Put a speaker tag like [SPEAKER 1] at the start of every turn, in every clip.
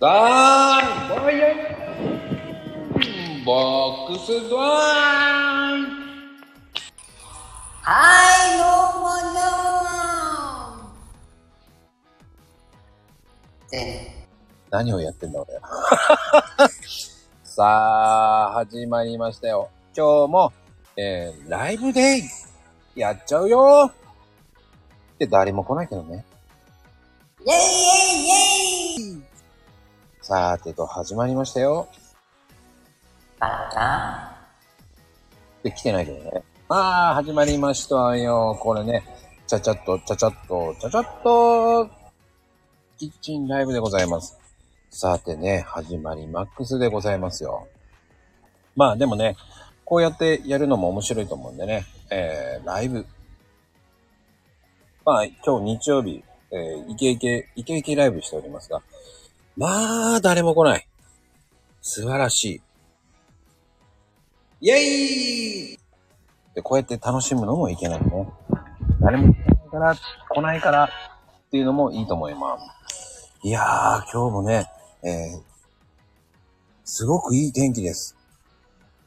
[SPEAKER 1] Van, voy en box one.
[SPEAKER 2] はい、どうもどうもって、
[SPEAKER 1] 何をやってんだ俺。 さあ、始まりましたよ。今日も、えーライブデイやっちゃうよって誰も来ないけどね。
[SPEAKER 2] イェイイェイイェイ
[SPEAKER 1] さーてと始まりましたよ。
[SPEAKER 2] バカ
[SPEAKER 1] で、来てないけどね。ああ、始まりましたよ。これね、ちゃちゃっと、ちゃちゃっと、ちゃちゃっと、キッチンライブでございます。さてね、始まりマックスでございますよ。まあでもね、こうやってやるのも面白いと思うんでね、えー、ライブ。まあ、今日日曜日、えー、イケイケ、イケイケライブしておりますが、まあ、誰も来ない。素晴らしい。イェイで、こうやって楽しむのもいけないね。誰も来ないから、来ないからっていうのもいいと思います。いやー、今日もね、えー、すごくいい天気です。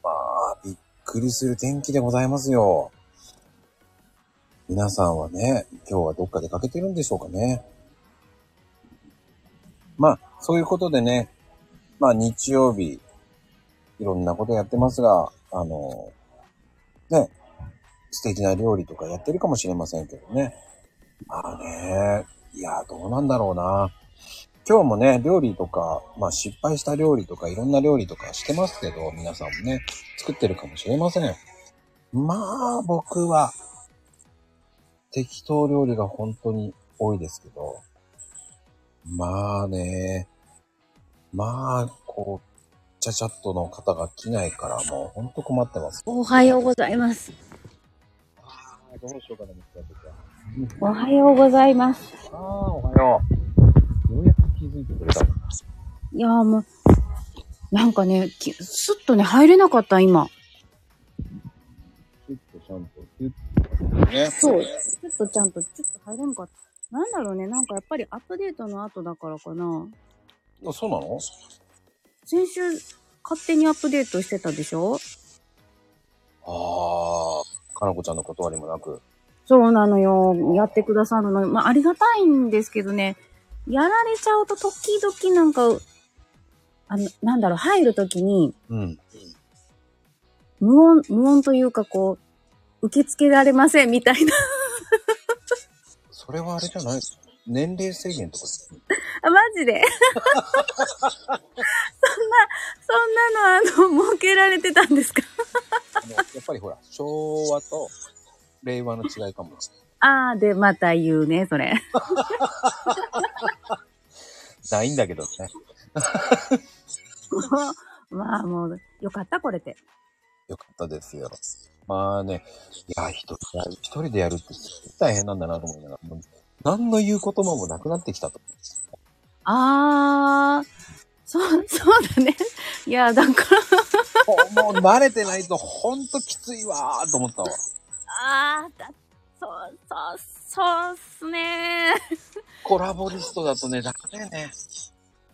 [SPEAKER 1] まあ、びっくりする天気でございますよ。皆さんはね、今日はどっか出かけてるんでしょうかね。まあ、そういうことでね、まあ日曜日、いろんなことやってますが、あのね、素敵な料理とかやってるかもしれませんけどね。まあね、いや、どうなんだろうな。今日もね、料理とか、まあ失敗した料理とかいろんな料理とかしてますけど、皆さんもね、作ってるかもしれません。まあ僕は、適当料理が本当に多いですけど、まあね、まあ、こう、ちゃちゃっとの方が来ないからもうほんと困ってます。
[SPEAKER 3] おはようございます。
[SPEAKER 1] どうしようかな、みたいな。
[SPEAKER 3] おはようございます。
[SPEAKER 1] ああ、おはよう。ようやく気づいてくれたの。
[SPEAKER 3] いやーもう、なんかね、きすっとね、入れなかった、今。
[SPEAKER 1] キュッとシャンプー、キュッと。ね。
[SPEAKER 3] そう。ちょっとちゃんと、ちょっと入れなかった。なんだろうね、なんかやっぱりアップデートの後だからかな。
[SPEAKER 1] あそうなの
[SPEAKER 3] 先週、勝手にアップデートしてたでしょ
[SPEAKER 1] ああ、かなこちゃんの断りもなく。
[SPEAKER 3] そうなのよ。やってくださるの。まあ、ありがたいんですけどね、やられちゃうと時々なんか、あの、なんだろう、入るときに、
[SPEAKER 1] うん。
[SPEAKER 3] 無音、無音というかこう、受け付けられませんみたいな。
[SPEAKER 1] それはあれじゃない年齢制限とか。
[SPEAKER 3] あ、マジで そんな、そんなの、あの、設けられてたんですか
[SPEAKER 1] あのやっぱりほら、昭和と令和の違いかも。
[SPEAKER 3] あー、で、また言うね、それ。
[SPEAKER 1] ないんだけどね。
[SPEAKER 3] もうまあ、もう、よかった、これって。
[SPEAKER 1] よかったですよ。まあね、いや、一人でやる一人でやるって大変なんだなと思いながら、もう何の言う言葉もなくなってきたと。
[SPEAKER 3] あー、そう、そうだね。いや、だから、
[SPEAKER 1] もう慣れてないとほんときついわーと思ったわ。
[SPEAKER 3] あー、だ、そう、そう、そうっすね
[SPEAKER 1] コラボリストだとね、楽だよね。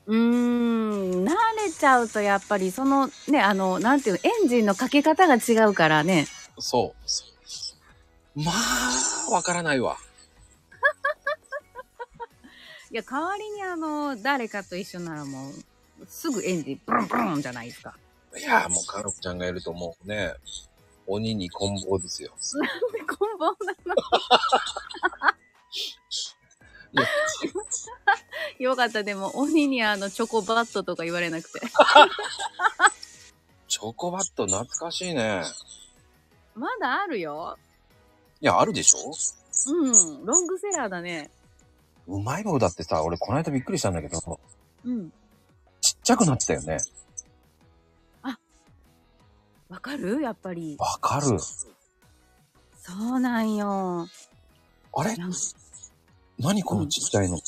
[SPEAKER 3] うーん、慣れちゃうと、やっぱり、その、ね、あの、なんていうの、エンジンのかけ方が違うからね。
[SPEAKER 1] そう。まあ、わからないわ。
[SPEAKER 3] いや、代わりにあの、誰かと一緒ならもう、すぐエンジン、ブルンブルンじゃないですか。
[SPEAKER 1] いやー、もうカロコちゃんがいるともうね、鬼に棍棒ですよ。
[SPEAKER 3] で、こんばんは。
[SPEAKER 1] いや
[SPEAKER 3] よかった、でも、鬼にあの、チョコバットとか言われなくて。
[SPEAKER 1] チョコバット懐かしいね。
[SPEAKER 3] まだあるよ。
[SPEAKER 1] いや、あるでしょ
[SPEAKER 3] うん、ロングセラーだね。
[SPEAKER 1] うまい棒だってさ、俺この間びっくりしたんだけど、ちっ
[SPEAKER 3] うん。
[SPEAKER 1] ちゃくなってたよね。
[SPEAKER 3] わかるやっぱり。
[SPEAKER 1] わかる。
[SPEAKER 3] そうなんよ。
[SPEAKER 1] あれ
[SPEAKER 3] なんか
[SPEAKER 1] 何このちっちゃいの、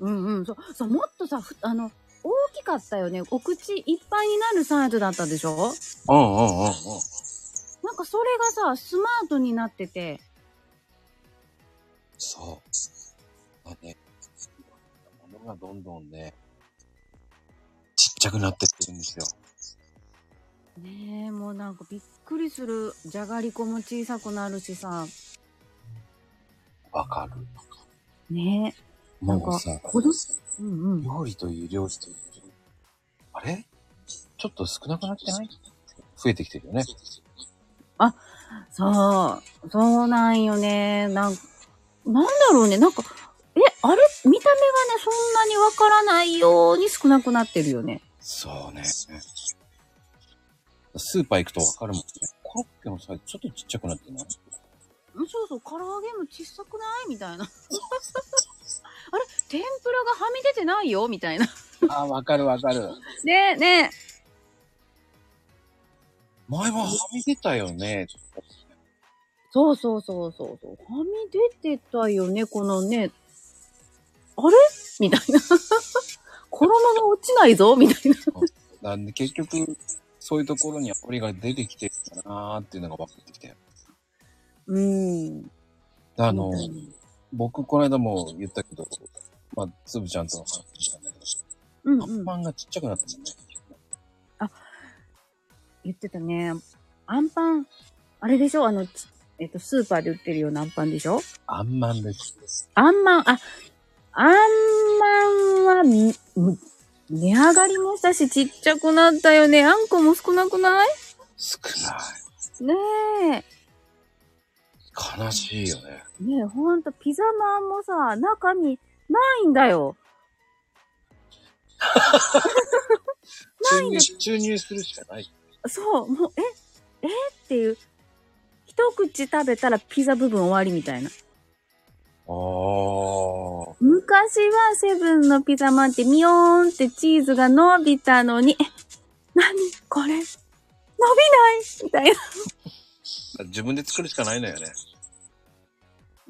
[SPEAKER 3] うんうん、そう、そう、もっとさ、ふあの、大きかったよね。お口いっぱいになるサイズだったでしょ
[SPEAKER 1] うん、うんうんうん。
[SPEAKER 3] なんかそれがさ、スマートになってて、
[SPEAKER 1] そう。だね。物がどんどんね、ちゃくなってってるんですよ。
[SPEAKER 3] ねえ、もうなんかびっくりする。じゃがりこも小さくなるしさ。
[SPEAKER 1] わかる。
[SPEAKER 3] ねなんか
[SPEAKER 1] もうさ、
[SPEAKER 3] ほどえ。うんうん。
[SPEAKER 1] 料理という料理という。あれちょっと少なくなってない増えてきてるよね。
[SPEAKER 3] そう。そうなんよね。なんなんだろうね。なんか、え、あれ見た目がね、そんなにわからないように少なくなってるよね。
[SPEAKER 1] そうね。スーパー行くとわかるもんね。コロッケのサイズちょっとちっちゃくなってない
[SPEAKER 3] うんそうそう、唐揚げも小さくないみたいな。 あれ天ぷらがはみ出てないよみたいな。
[SPEAKER 1] あー、わかるわかる。
[SPEAKER 3] ねえ、ね
[SPEAKER 1] 前ははみ出たよね。
[SPEAKER 3] そうそうそうそうそう。はみ出てたよね、このね。あれみたいな。 衣が落ちないぞみたいな。
[SPEAKER 1] なんで結局、そういうところにアプリが出てきてるんだなーっていうのが分かってきて。
[SPEAKER 3] うん。
[SPEAKER 1] あの、僕、この間も言ったけど、まあ、つぶちゃんとの話したんだけど、
[SPEAKER 3] うん
[SPEAKER 1] ア
[SPEAKER 3] うん
[SPEAKER 1] ン。パンがちっちゃくなったもんね。
[SPEAKER 3] 言ってたね。アンパン、あれでしょあの、ちえっと、スーパーで売ってるようなアンパンでしょ
[SPEAKER 1] あんまんです。
[SPEAKER 3] アンマン、あ、アンマンはみ、み値上がりもしたし、ちっちゃくなったよね。あんこも少なくない
[SPEAKER 1] 少ない。
[SPEAKER 3] ねえ。
[SPEAKER 1] 悲しいよね。
[SPEAKER 3] ねえ、ほんと、ピザマンもさ、中身ないんだよ。
[SPEAKER 1] 注入、注入するしかない。
[SPEAKER 3] そう、もう、え、えっていう。一口食べたらピザ部分終わりみたいな。
[SPEAKER 1] あー。
[SPEAKER 3] 昔はセブンのピザマンってミヨーンってチーズが伸びたのに、え、何これ伸びないみたいな。
[SPEAKER 1] 自分で作るしかないのよね。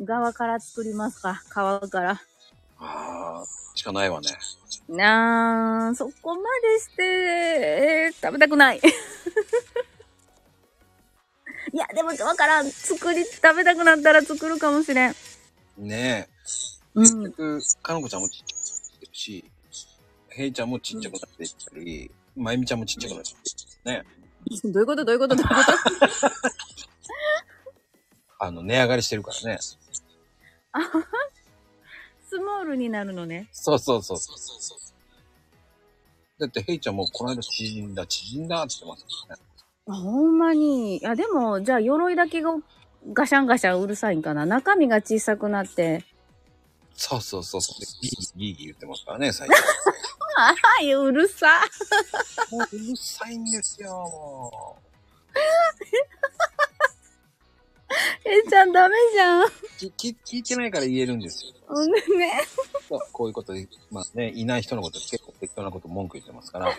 [SPEAKER 3] 側から作りますか皮から。
[SPEAKER 1] あー、しかないわね。
[SPEAKER 3] なあ、そこまでして、えー食べたくない。 いや、でもわからん。作り、食べたくなったら作るかもしれん。
[SPEAKER 1] ねえ。
[SPEAKER 3] う
[SPEAKER 1] 結
[SPEAKER 3] ん。
[SPEAKER 1] 局、かのこちゃんもちっちゃくなってるし、へいちゃんもちっちゃくなってったり、まゆみちゃんもちっちゃくなってるねえ。
[SPEAKER 3] どういうことどういうことどういうこと
[SPEAKER 1] あの、値上がりしてるからね。
[SPEAKER 3] あははスモールになるのね。
[SPEAKER 1] そうそうそうそうそうそう。だって、ヘイちゃんもこの間縮んだ、縮んだって言ってますからね。
[SPEAKER 3] あほんまに。いや、でも、じゃあ、鎧だけがガシャンガシャンうるさいんかな。中身が小さくなって。
[SPEAKER 1] そうそうそうそう。ギーギーギーギー言ってますからね、最近。
[SPEAKER 3] ああ、うるさ。
[SPEAKER 1] もううるさいんですよ、も
[SPEAKER 3] えちゃん、ダメじゃん。
[SPEAKER 1] う。きき聞いてないから言えるんですよ。
[SPEAKER 3] ごめんね。
[SPEAKER 1] そうこういうことで、まあね、いない人のこと結構適当なこと文句言ってます から。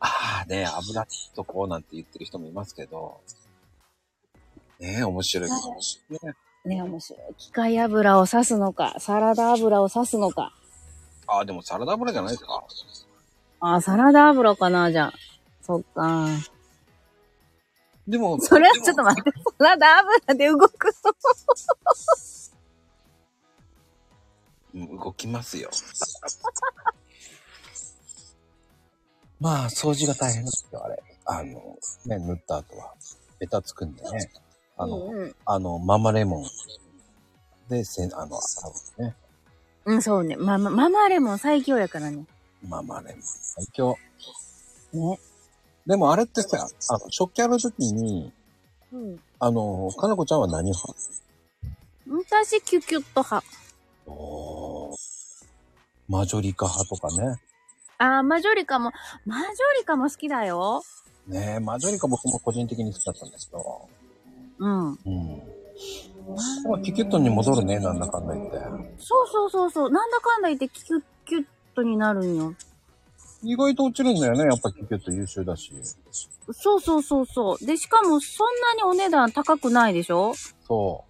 [SPEAKER 1] ああね、油とこうなんて言ってる人もいますけど。ねえ、面白い。面白いね。
[SPEAKER 3] ね、面白い。機械油を刺すのか、サラダ油を刺すのか。
[SPEAKER 1] ああ、でもサラダ油じゃないですか。
[SPEAKER 3] ああ、サラダ油かな、じゃあ。そっか。
[SPEAKER 1] でも、
[SPEAKER 3] それはちょっと待って。サラダ油で動くの。
[SPEAKER 1] うん動きますよ。まあ、掃除が大変ですよ、あれ。あの、ね、塗った後は。ベタつくんでね。あの、
[SPEAKER 3] うんうん、
[SPEAKER 1] あの、ママレモン。で、せん、あの、洗うんね。
[SPEAKER 3] うん、そうね。ま、ま、ママレモン最強やからね。
[SPEAKER 1] ママレモン。最強。
[SPEAKER 3] ね。
[SPEAKER 1] でもあれってさ、あの、食器洗うときに、
[SPEAKER 3] うん。
[SPEAKER 1] あの、かなこちゃんは何派
[SPEAKER 3] 私、キュキュッと派。
[SPEAKER 1] おーマジョリカ派とかね。
[SPEAKER 3] あー、マジョリカも、マジョリカも好きだよ。
[SPEAKER 1] ねえ、マジョリカ僕も個人的に好きだったんですけど。
[SPEAKER 3] うん。
[SPEAKER 1] うん。まあ、キュキュットに戻るね、なんだかんだ言って。
[SPEAKER 3] そうそうそうそう。なんだかんだ言ってキュッキュッとになるんよ。
[SPEAKER 1] 意外と落ちるんだよね、やっぱキュキュット優秀だし。
[SPEAKER 3] そうそうそうそう。で、しかもそんなにお値段高くないでしょ
[SPEAKER 1] そ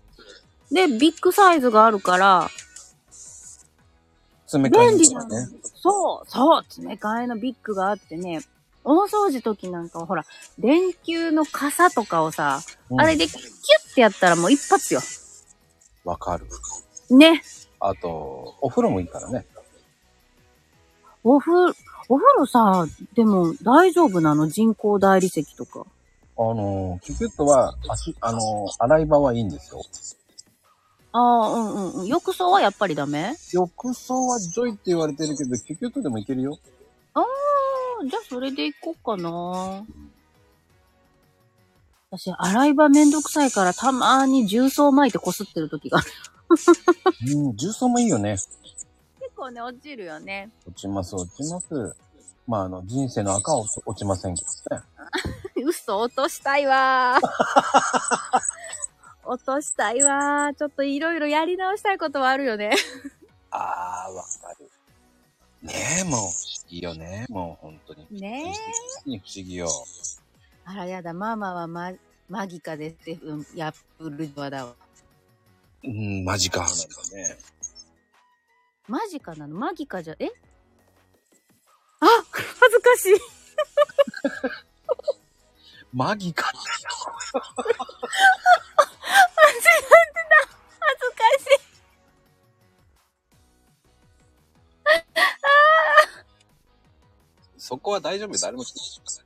[SPEAKER 3] で、ビッグサイズがあるから、
[SPEAKER 1] う。詰め替え
[SPEAKER 3] 便
[SPEAKER 1] み
[SPEAKER 3] 利
[SPEAKER 1] た
[SPEAKER 3] ないの
[SPEAKER 1] なね。
[SPEAKER 3] そう、そう、詰め替えのビッグがあってね、大掃除時なんかはほら、電球の傘とかをさ、
[SPEAKER 1] うん
[SPEAKER 3] あれでキュッてやったらもう一発よ。
[SPEAKER 1] わかる。
[SPEAKER 3] ね。
[SPEAKER 1] あと、お風呂もいいからね。
[SPEAKER 3] お風、お風呂さ、でも大丈夫なの人工大理石とか。
[SPEAKER 1] あのー、キュキュットは、足、あのー、洗い場はいいんですよ。
[SPEAKER 3] ああ、うんうんうん。浴槽はやっぱりダメ
[SPEAKER 1] 浴槽はジョイって言われてるけど、キュキュットでもいけるよ。
[SPEAKER 3] ああ、じゃあそれで行こうかな。私、洗い場めんどくさいから、たまーに重曹巻いてこすってる時がある。
[SPEAKER 1] うん、重曹もいいよね。
[SPEAKER 3] 結構ね、落ちるよね。
[SPEAKER 1] 落ちます、落ちます。まあ、あの、人生の赤は落ちませんけどね。
[SPEAKER 3] 嘘、落としたいわ ー。落としたいわー。ちょっといろいろやり直したいことはあるよね。
[SPEAKER 1] ああ、わかる。ねえ、もう、不思議よね。もう、本当に。
[SPEAKER 3] ね
[SPEAKER 1] 不思議よ。
[SPEAKER 3] え。あら、やだ、ママはマ、マギカですって、うん、ヤップルジョアだわ。
[SPEAKER 1] うん、マジか。なんだね。
[SPEAKER 3] マジかなのマギカじゃ、えあ恥ずかしい
[SPEAKER 1] マギかって。
[SPEAKER 3] 恥ずかしい
[SPEAKER 1] そこは大丈夫です。誰も聞いてません。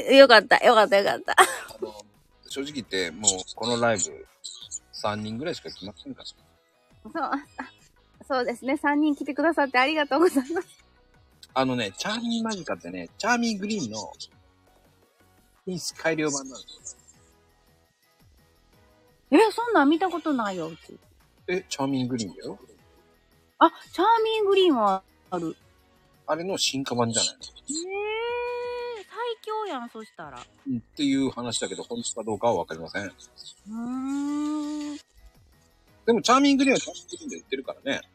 [SPEAKER 3] いや、よかった、よかった、よかった。
[SPEAKER 1] あの、正直言って、もう、このライブ、3人ぐらいしか来ませんから。
[SPEAKER 3] そう あ、そうですね。3人来てくださってありがとうございます。
[SPEAKER 1] あのね、チャーミーマジカってね、チャーミーグリーンの、品質改良版なんですよ。
[SPEAKER 3] え、そんなん見たことないよ、うち。
[SPEAKER 1] え、チャーミーグリーンだよ。
[SPEAKER 3] あ、チャーミングリーンはある。
[SPEAKER 1] あれの進化版じゃない
[SPEAKER 3] えー、最強やん、そしたら。
[SPEAKER 1] のうんっていう話だけど、本当かどうかはわかりません。
[SPEAKER 3] うーん。
[SPEAKER 1] でも、チャーミングリーンはチャーミングリーンで売ってるからね。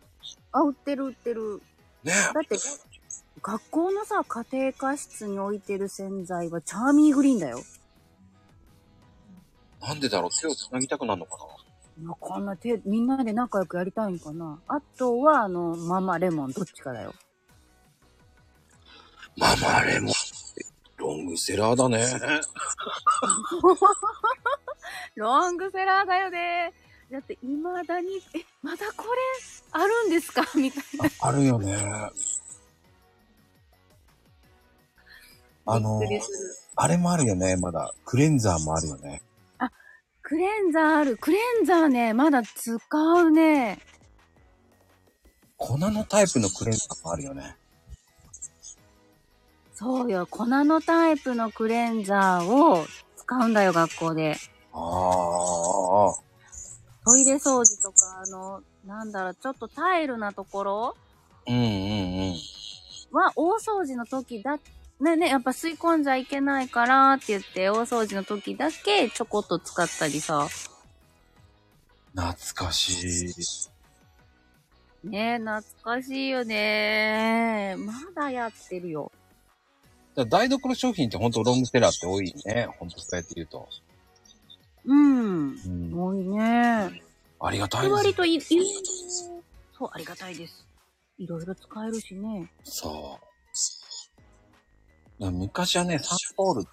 [SPEAKER 3] あ、売ってる売ってる。
[SPEAKER 1] ね
[SPEAKER 3] だって、学校のさ、家庭科室に置いてる洗剤はチャーミーグリーンだよ。
[SPEAKER 1] え、なんでだろう手を繋ぎたくなるのかな
[SPEAKER 3] わかんない。手、みんなで仲良くやりたいんかな。あとは、あの、ママレモン、どっちかだよ。
[SPEAKER 1] ママレモン。ロングセラーだね。
[SPEAKER 3] ロングセラーだよね。だって、未だに、え、まだこれ、あるんですかみたいな。
[SPEAKER 1] あるよね。あの
[SPEAKER 3] びっく、りする
[SPEAKER 1] あれもあるよね、まだ。クレンザーもあるよね。
[SPEAKER 3] クレンザーある。クレンザーね、まだ使うね。
[SPEAKER 1] 粉のタイプのクレンザーもあるよね。
[SPEAKER 3] そうよ、粉のタイプのクレンザーを使うんだよ、学校で。
[SPEAKER 1] ああ、
[SPEAKER 3] トイレ掃除とか、あの、なんだろう、ちょっとタイルなところ
[SPEAKER 1] うんうんうん。
[SPEAKER 3] は、大掃除の時だ、ねね、やっぱ吸い込んじゃいけないからって言って、大掃除の時だけちょこっと使ったりさ。
[SPEAKER 1] 懐かしい。
[SPEAKER 3] ねえ、懐かしいよね。まだやってるよ。
[SPEAKER 1] だから台所商品って本当ロングセラーって多いね。本当そうやって言うと。
[SPEAKER 3] うん。
[SPEAKER 1] うん。
[SPEAKER 3] 多いね。
[SPEAKER 1] ありがたいで
[SPEAKER 3] 割
[SPEAKER 1] す。
[SPEAKER 3] といい、いいそう、ありがたいです。いろいろ使えるしね。
[SPEAKER 1] そう。だから昔はね、サンポール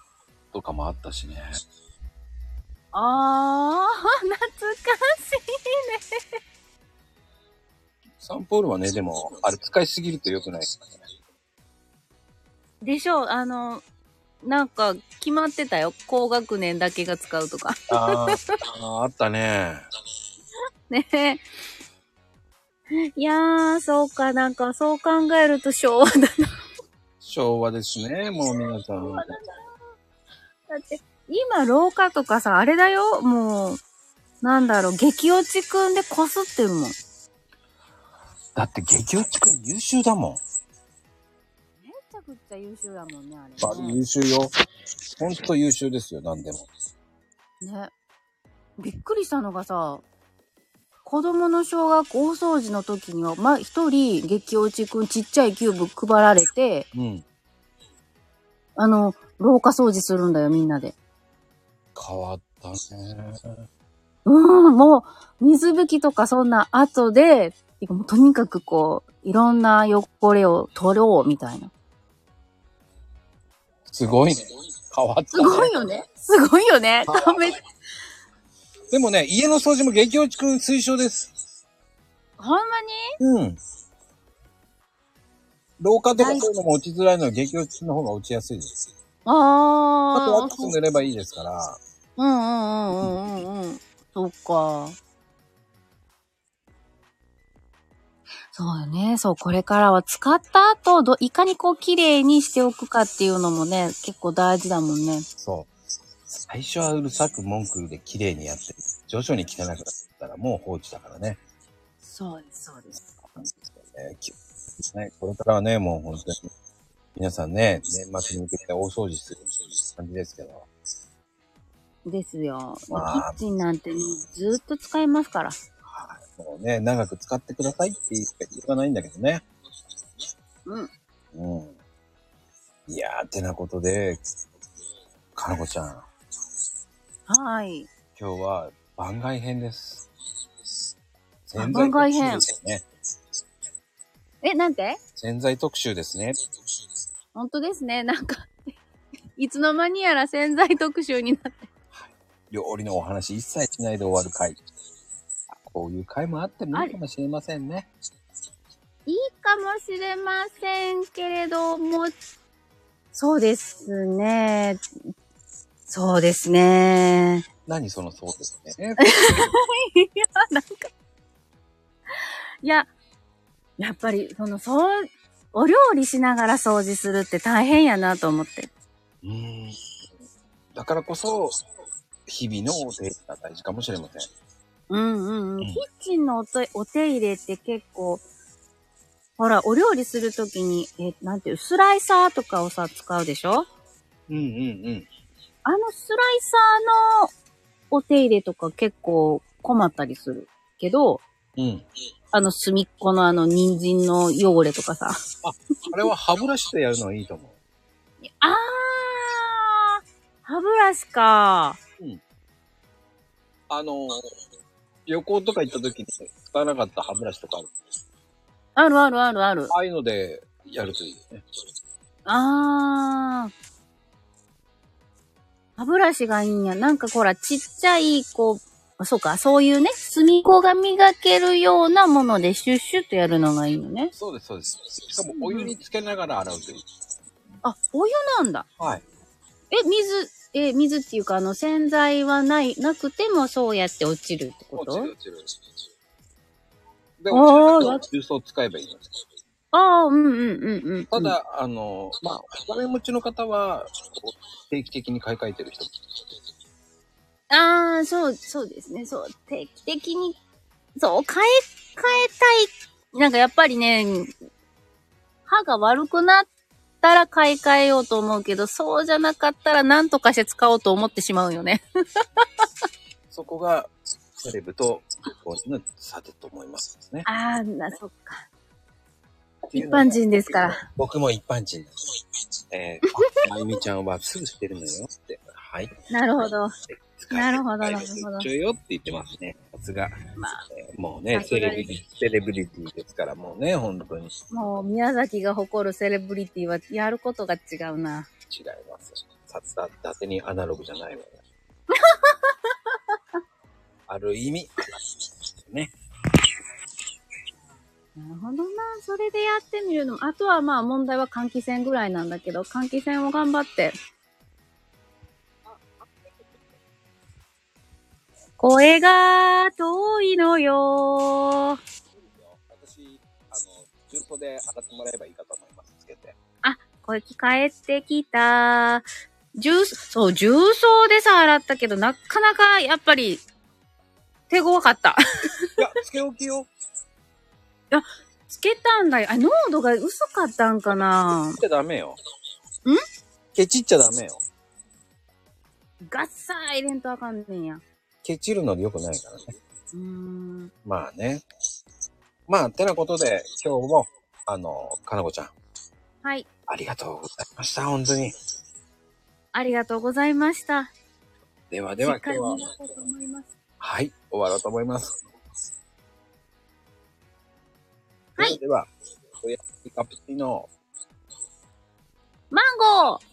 [SPEAKER 1] とかもあったしね。
[SPEAKER 3] あー、懐かしい。
[SPEAKER 1] サンポールはね、でも、あれ使いすぎると良くないですからね。
[SPEAKER 3] でしょあの、なんか、決まってたよ。高学年だけが使うとか。
[SPEAKER 1] あーあー、あったね。
[SPEAKER 3] ねえ。いやー、そうか、なんか、そう考えると昭和だな。だ
[SPEAKER 1] 昭和ですね、もう皆さん。
[SPEAKER 3] って、今、廊下とかさ、あれだよもう、なんだろう、激落ちくんでこすってるもん。
[SPEAKER 1] だって激落ちくん優秀だもん。
[SPEAKER 3] めちゃくちゃ優秀だもんね、あ
[SPEAKER 1] あ
[SPEAKER 3] れ、ね。
[SPEAKER 1] 優秀よ。ほんと優秀ですよ、何でも。
[SPEAKER 3] ね。びっくりしたのがさ、子供の小学校大掃除の時には、ま、一人、激落ちくんちっちゃいキューブ配られて、
[SPEAKER 1] うん。
[SPEAKER 3] あの、廊下掃除するんだよ、みんなで。
[SPEAKER 1] 変わったね。
[SPEAKER 3] うん、もう、水拭きとかそんな後で、てかもうとにかくこう、いろんな汚れを取ろう、みたいな。
[SPEAKER 1] すごいね。変わった、ね。
[SPEAKER 3] すごいよねすごいよねダメ。
[SPEAKER 1] でもね、家の掃除も激落ちくん推奨です。
[SPEAKER 3] ほんま
[SPEAKER 1] うん。廊下とかそういうのも落ちづらいのは激落ちの方が落ちやすいです。あと
[SPEAKER 3] あ
[SPEAKER 1] ワックス塗ればいいですから。
[SPEAKER 3] あ、うんうんうんうんうんうん。そっか。そうよね。そう、これからは使った後、ど、いかにこう綺麗にしておくかっていうのもね、結構大事だもんね。
[SPEAKER 1] そう。最初はうるさく文句で綺麗にやって、徐々に汚くなったらもう放置だからね。
[SPEAKER 3] そうです、そうです。
[SPEAKER 1] えーきね、これからはね、もう本当に、皆さんね、年末に向けて大掃除する感じですけど。
[SPEAKER 3] ですよ。キ
[SPEAKER 1] まあ
[SPEAKER 3] ッチンなんてね、ずっと使いますから。
[SPEAKER 1] もうね、長く使ってくださいって言うしか言わないんだけどね。
[SPEAKER 3] うん。
[SPEAKER 1] うん。いやー、てなことで、かなこちゃん、
[SPEAKER 3] はい。
[SPEAKER 1] 今日は番外編です。
[SPEAKER 3] あ番外
[SPEAKER 1] 洗剤
[SPEAKER 3] 編
[SPEAKER 1] 特集ですね。
[SPEAKER 3] え、なんて
[SPEAKER 1] 潜在特集ですね。
[SPEAKER 3] 本当ですね。なんか、 いつの間にやら潜在特集になって。
[SPEAKER 1] 料理のお話一切しないで終わる回。こういう回もあってもいいかもしれませんね。
[SPEAKER 3] いいかもしれませんけれども、そうですね。そうですね。
[SPEAKER 1] 何そのそうです ね。
[SPEAKER 3] いや、なんか、いや、やっぱり、その、そう、お料理しながら掃除するって大変やなと思って。
[SPEAKER 1] うん。だからこそ、日々のお手入れが大事かもしれません。
[SPEAKER 3] うんうん
[SPEAKER 1] う
[SPEAKER 3] う
[SPEAKER 1] ん
[SPEAKER 3] ん。キッチンのお手お手入れって結構、ほら、お料理するときに、え、なんていう、スライサーとかをさ、使うでしょ
[SPEAKER 1] うんうんうん。
[SPEAKER 3] あのスライサーのお手入れとか結構困ったりするけど、
[SPEAKER 1] うん。
[SPEAKER 3] あの隅っこのあの人参の汚れとかさ。
[SPEAKER 1] あれは歯ブラシでやるのはいいと思
[SPEAKER 3] あー歯ブラシか。
[SPEAKER 1] う。あの、旅行とか行った時に使わなかった歯ブラシとかある、
[SPEAKER 3] あるあるあるある。
[SPEAKER 1] ああいうのでやるといいよね。
[SPEAKER 3] あー。歯ブラシがいいんや。なんかほら、ちっちゃい、こう、あそうか、そういうね、隅っこが磨けるようなものでシュッシュッとやるのがいいのね。
[SPEAKER 1] そうです、そうです。しかもお湯につけながら洗うといい。
[SPEAKER 3] あ、お湯なんだ。
[SPEAKER 1] はい。
[SPEAKER 3] え、水、え、水っていうか、あの、洗剤はない、なくてもそうやって落ちるってこ
[SPEAKER 1] 落ち
[SPEAKER 3] と
[SPEAKER 1] る、落ちる。で、
[SPEAKER 3] あー
[SPEAKER 1] 落ちると重曹使えばいいの。
[SPEAKER 3] ああ、うんうんうんうん。
[SPEAKER 1] た、だ、あの、まあ、お金持ちの方は、こう定期的に買い替えてる人。
[SPEAKER 3] ああ、そう、そうですね。そう、定期的に、そう、変え、変えたい。なんかやっぱりね、歯が悪くなったら買い替えようと思うけど、そうじゃなかったら何とかして使おうと思ってしまうよね。
[SPEAKER 1] そこが、セレブと個人の差だと思いますね。
[SPEAKER 3] ああ、な、そっか。
[SPEAKER 1] ってい
[SPEAKER 3] 一
[SPEAKER 1] うのが
[SPEAKER 3] 般人ですから。
[SPEAKER 1] 僕も一般人です。えー、あまゆみちゃんはすぐしてるのよって。はい。
[SPEAKER 3] なるほど。なるほどなるほど
[SPEAKER 1] 一応よって言ってますね。さすが。
[SPEAKER 3] まあ、
[SPEAKER 1] えーもうね、
[SPEAKER 3] さす
[SPEAKER 1] セレ
[SPEAKER 3] が
[SPEAKER 1] ブ
[SPEAKER 3] で
[SPEAKER 1] リティ、セレブリティですから、もうね、本当に違い
[SPEAKER 3] もう宮崎が誇るセレブリティはやることが違う
[SPEAKER 1] ま
[SPEAKER 3] な。
[SPEAKER 1] す。さつだ、伊達にアナログじゃ ないわよ。ある意味、ね。
[SPEAKER 3] なるほどな。それでやってみるのも。あとはまあ問題は換気扇ぐらいなんだけど、換気扇を頑張って。声が遠いのよ。
[SPEAKER 1] 私、あの、重曹で洗ってもらえばいいかと思います。つけて。
[SPEAKER 3] 声聞かえてきた。重、そう、重曹でさ、洗ったけど、なかなかやっぱり手強かった。
[SPEAKER 1] いや、つけ置きよ。
[SPEAKER 3] つけたんだよ。あ、濃度が薄かったんかな
[SPEAKER 1] つ。けちゃダメよ。
[SPEAKER 3] ん
[SPEAKER 1] ケチっちゃダメよ。
[SPEAKER 3] ガッサー入れんとあかんねんや。
[SPEAKER 1] ケチるので良くないからね。
[SPEAKER 3] うーん。
[SPEAKER 1] まあね。まあ、てなことで、今日も、あの、かなこちゃん、
[SPEAKER 3] はい。
[SPEAKER 1] ありがとうございました。本当に。
[SPEAKER 3] ありがとうございました。
[SPEAKER 1] ではでは、
[SPEAKER 3] しっか
[SPEAKER 1] 今
[SPEAKER 3] り
[SPEAKER 1] 日は
[SPEAKER 3] 見、ようと思います。
[SPEAKER 1] はい、終わろうと思います。
[SPEAKER 3] はい
[SPEAKER 1] では、ではおやすみカプチーノ。
[SPEAKER 3] マンゴー